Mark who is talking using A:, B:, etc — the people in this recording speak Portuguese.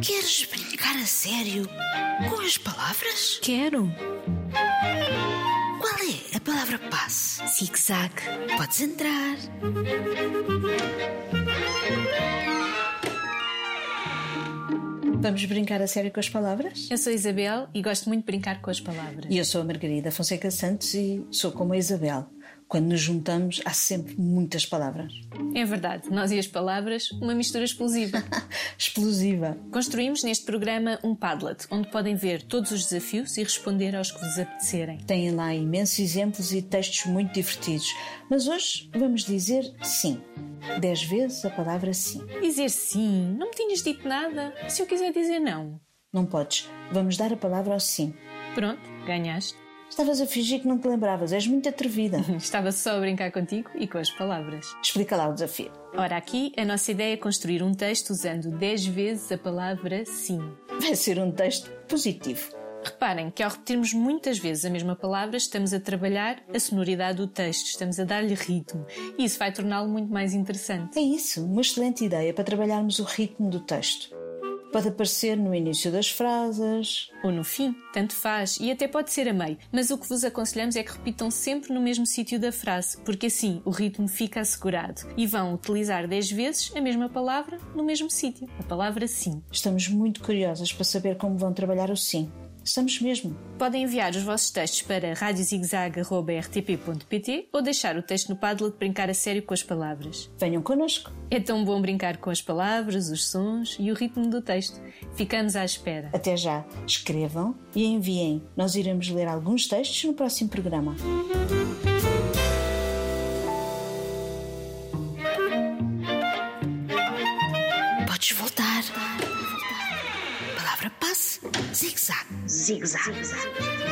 A: Queres brincar a sério? Com as palavras?
B: Quero.
A: Qual é a palavra passe?
B: Zig-zag.
A: Podes entrar.
B: Vamos brincar a sério com as palavras?
C: Eu sou a Isabel e gosto muito de brincar com as palavras.
B: E eu sou a Margarida Fonseca Santos e sou como a Isabel. Quando nos juntamos, há sempre muitas palavras.
C: É verdade, nós e as palavras, uma mistura explosiva.
B: Explosiva.
C: Construímos neste programa um Padlet, onde podem ver todos os desafios e responder aos que vos apetecerem.
B: Têm lá imensos exemplos e textos muito divertidos. Mas hoje vamos dizer sim. Dez vezes a palavra sim.
C: Dizer sim, não me tinhas dito nada. Se eu quiser dizer não.
B: Não podes. Vamos dar a palavra ao sim.
C: Pronto, ganhaste.
B: Estavas a fingir que não te lembravas. És muito atrevida.
C: Estava só a brincar contigo e com as palavras.
B: Explica lá o desafio.
C: Ora, aqui a nossa ideia é construir um texto usando 10 vezes a palavra sim.
B: Vai ser um texto positivo.
C: Reparem que ao repetirmos muitas vezes a mesma palavra, estamos a trabalhar a sonoridade do texto, estamos a dar-lhe ritmo e isso vai torná-lo muito mais interessante.
B: É isso, uma excelente ideia para trabalharmos o ritmo do texto. Pode aparecer no início das frases.
C: Ou no fim, tanto faz, e até pode ser a meio, mas o que vos aconselhamos é que repitam sempre no mesmo sítio da frase, porque assim o ritmo fica assegurado e vão utilizar 10 vezes a mesma palavra no mesmo sítio, a palavra sim.
B: Estamos muito curiosas para saber como vão trabalhar o sim. Estamos mesmo.
C: Podem enviar os vossos textos para radiozigzag.rtp.pt ou deixar o texto no Padlet de brincar a sério com as palavras.
B: Venham connosco.
C: É tão bom brincar com as palavras, os sons e o ritmo do texto. Ficamos à espera.
B: Até já. Escrevam e enviem. Nós iremos ler alguns textos no próximo programa.
A: Podes voltar. Palavra passe. Zig-zag.
D: zigzag.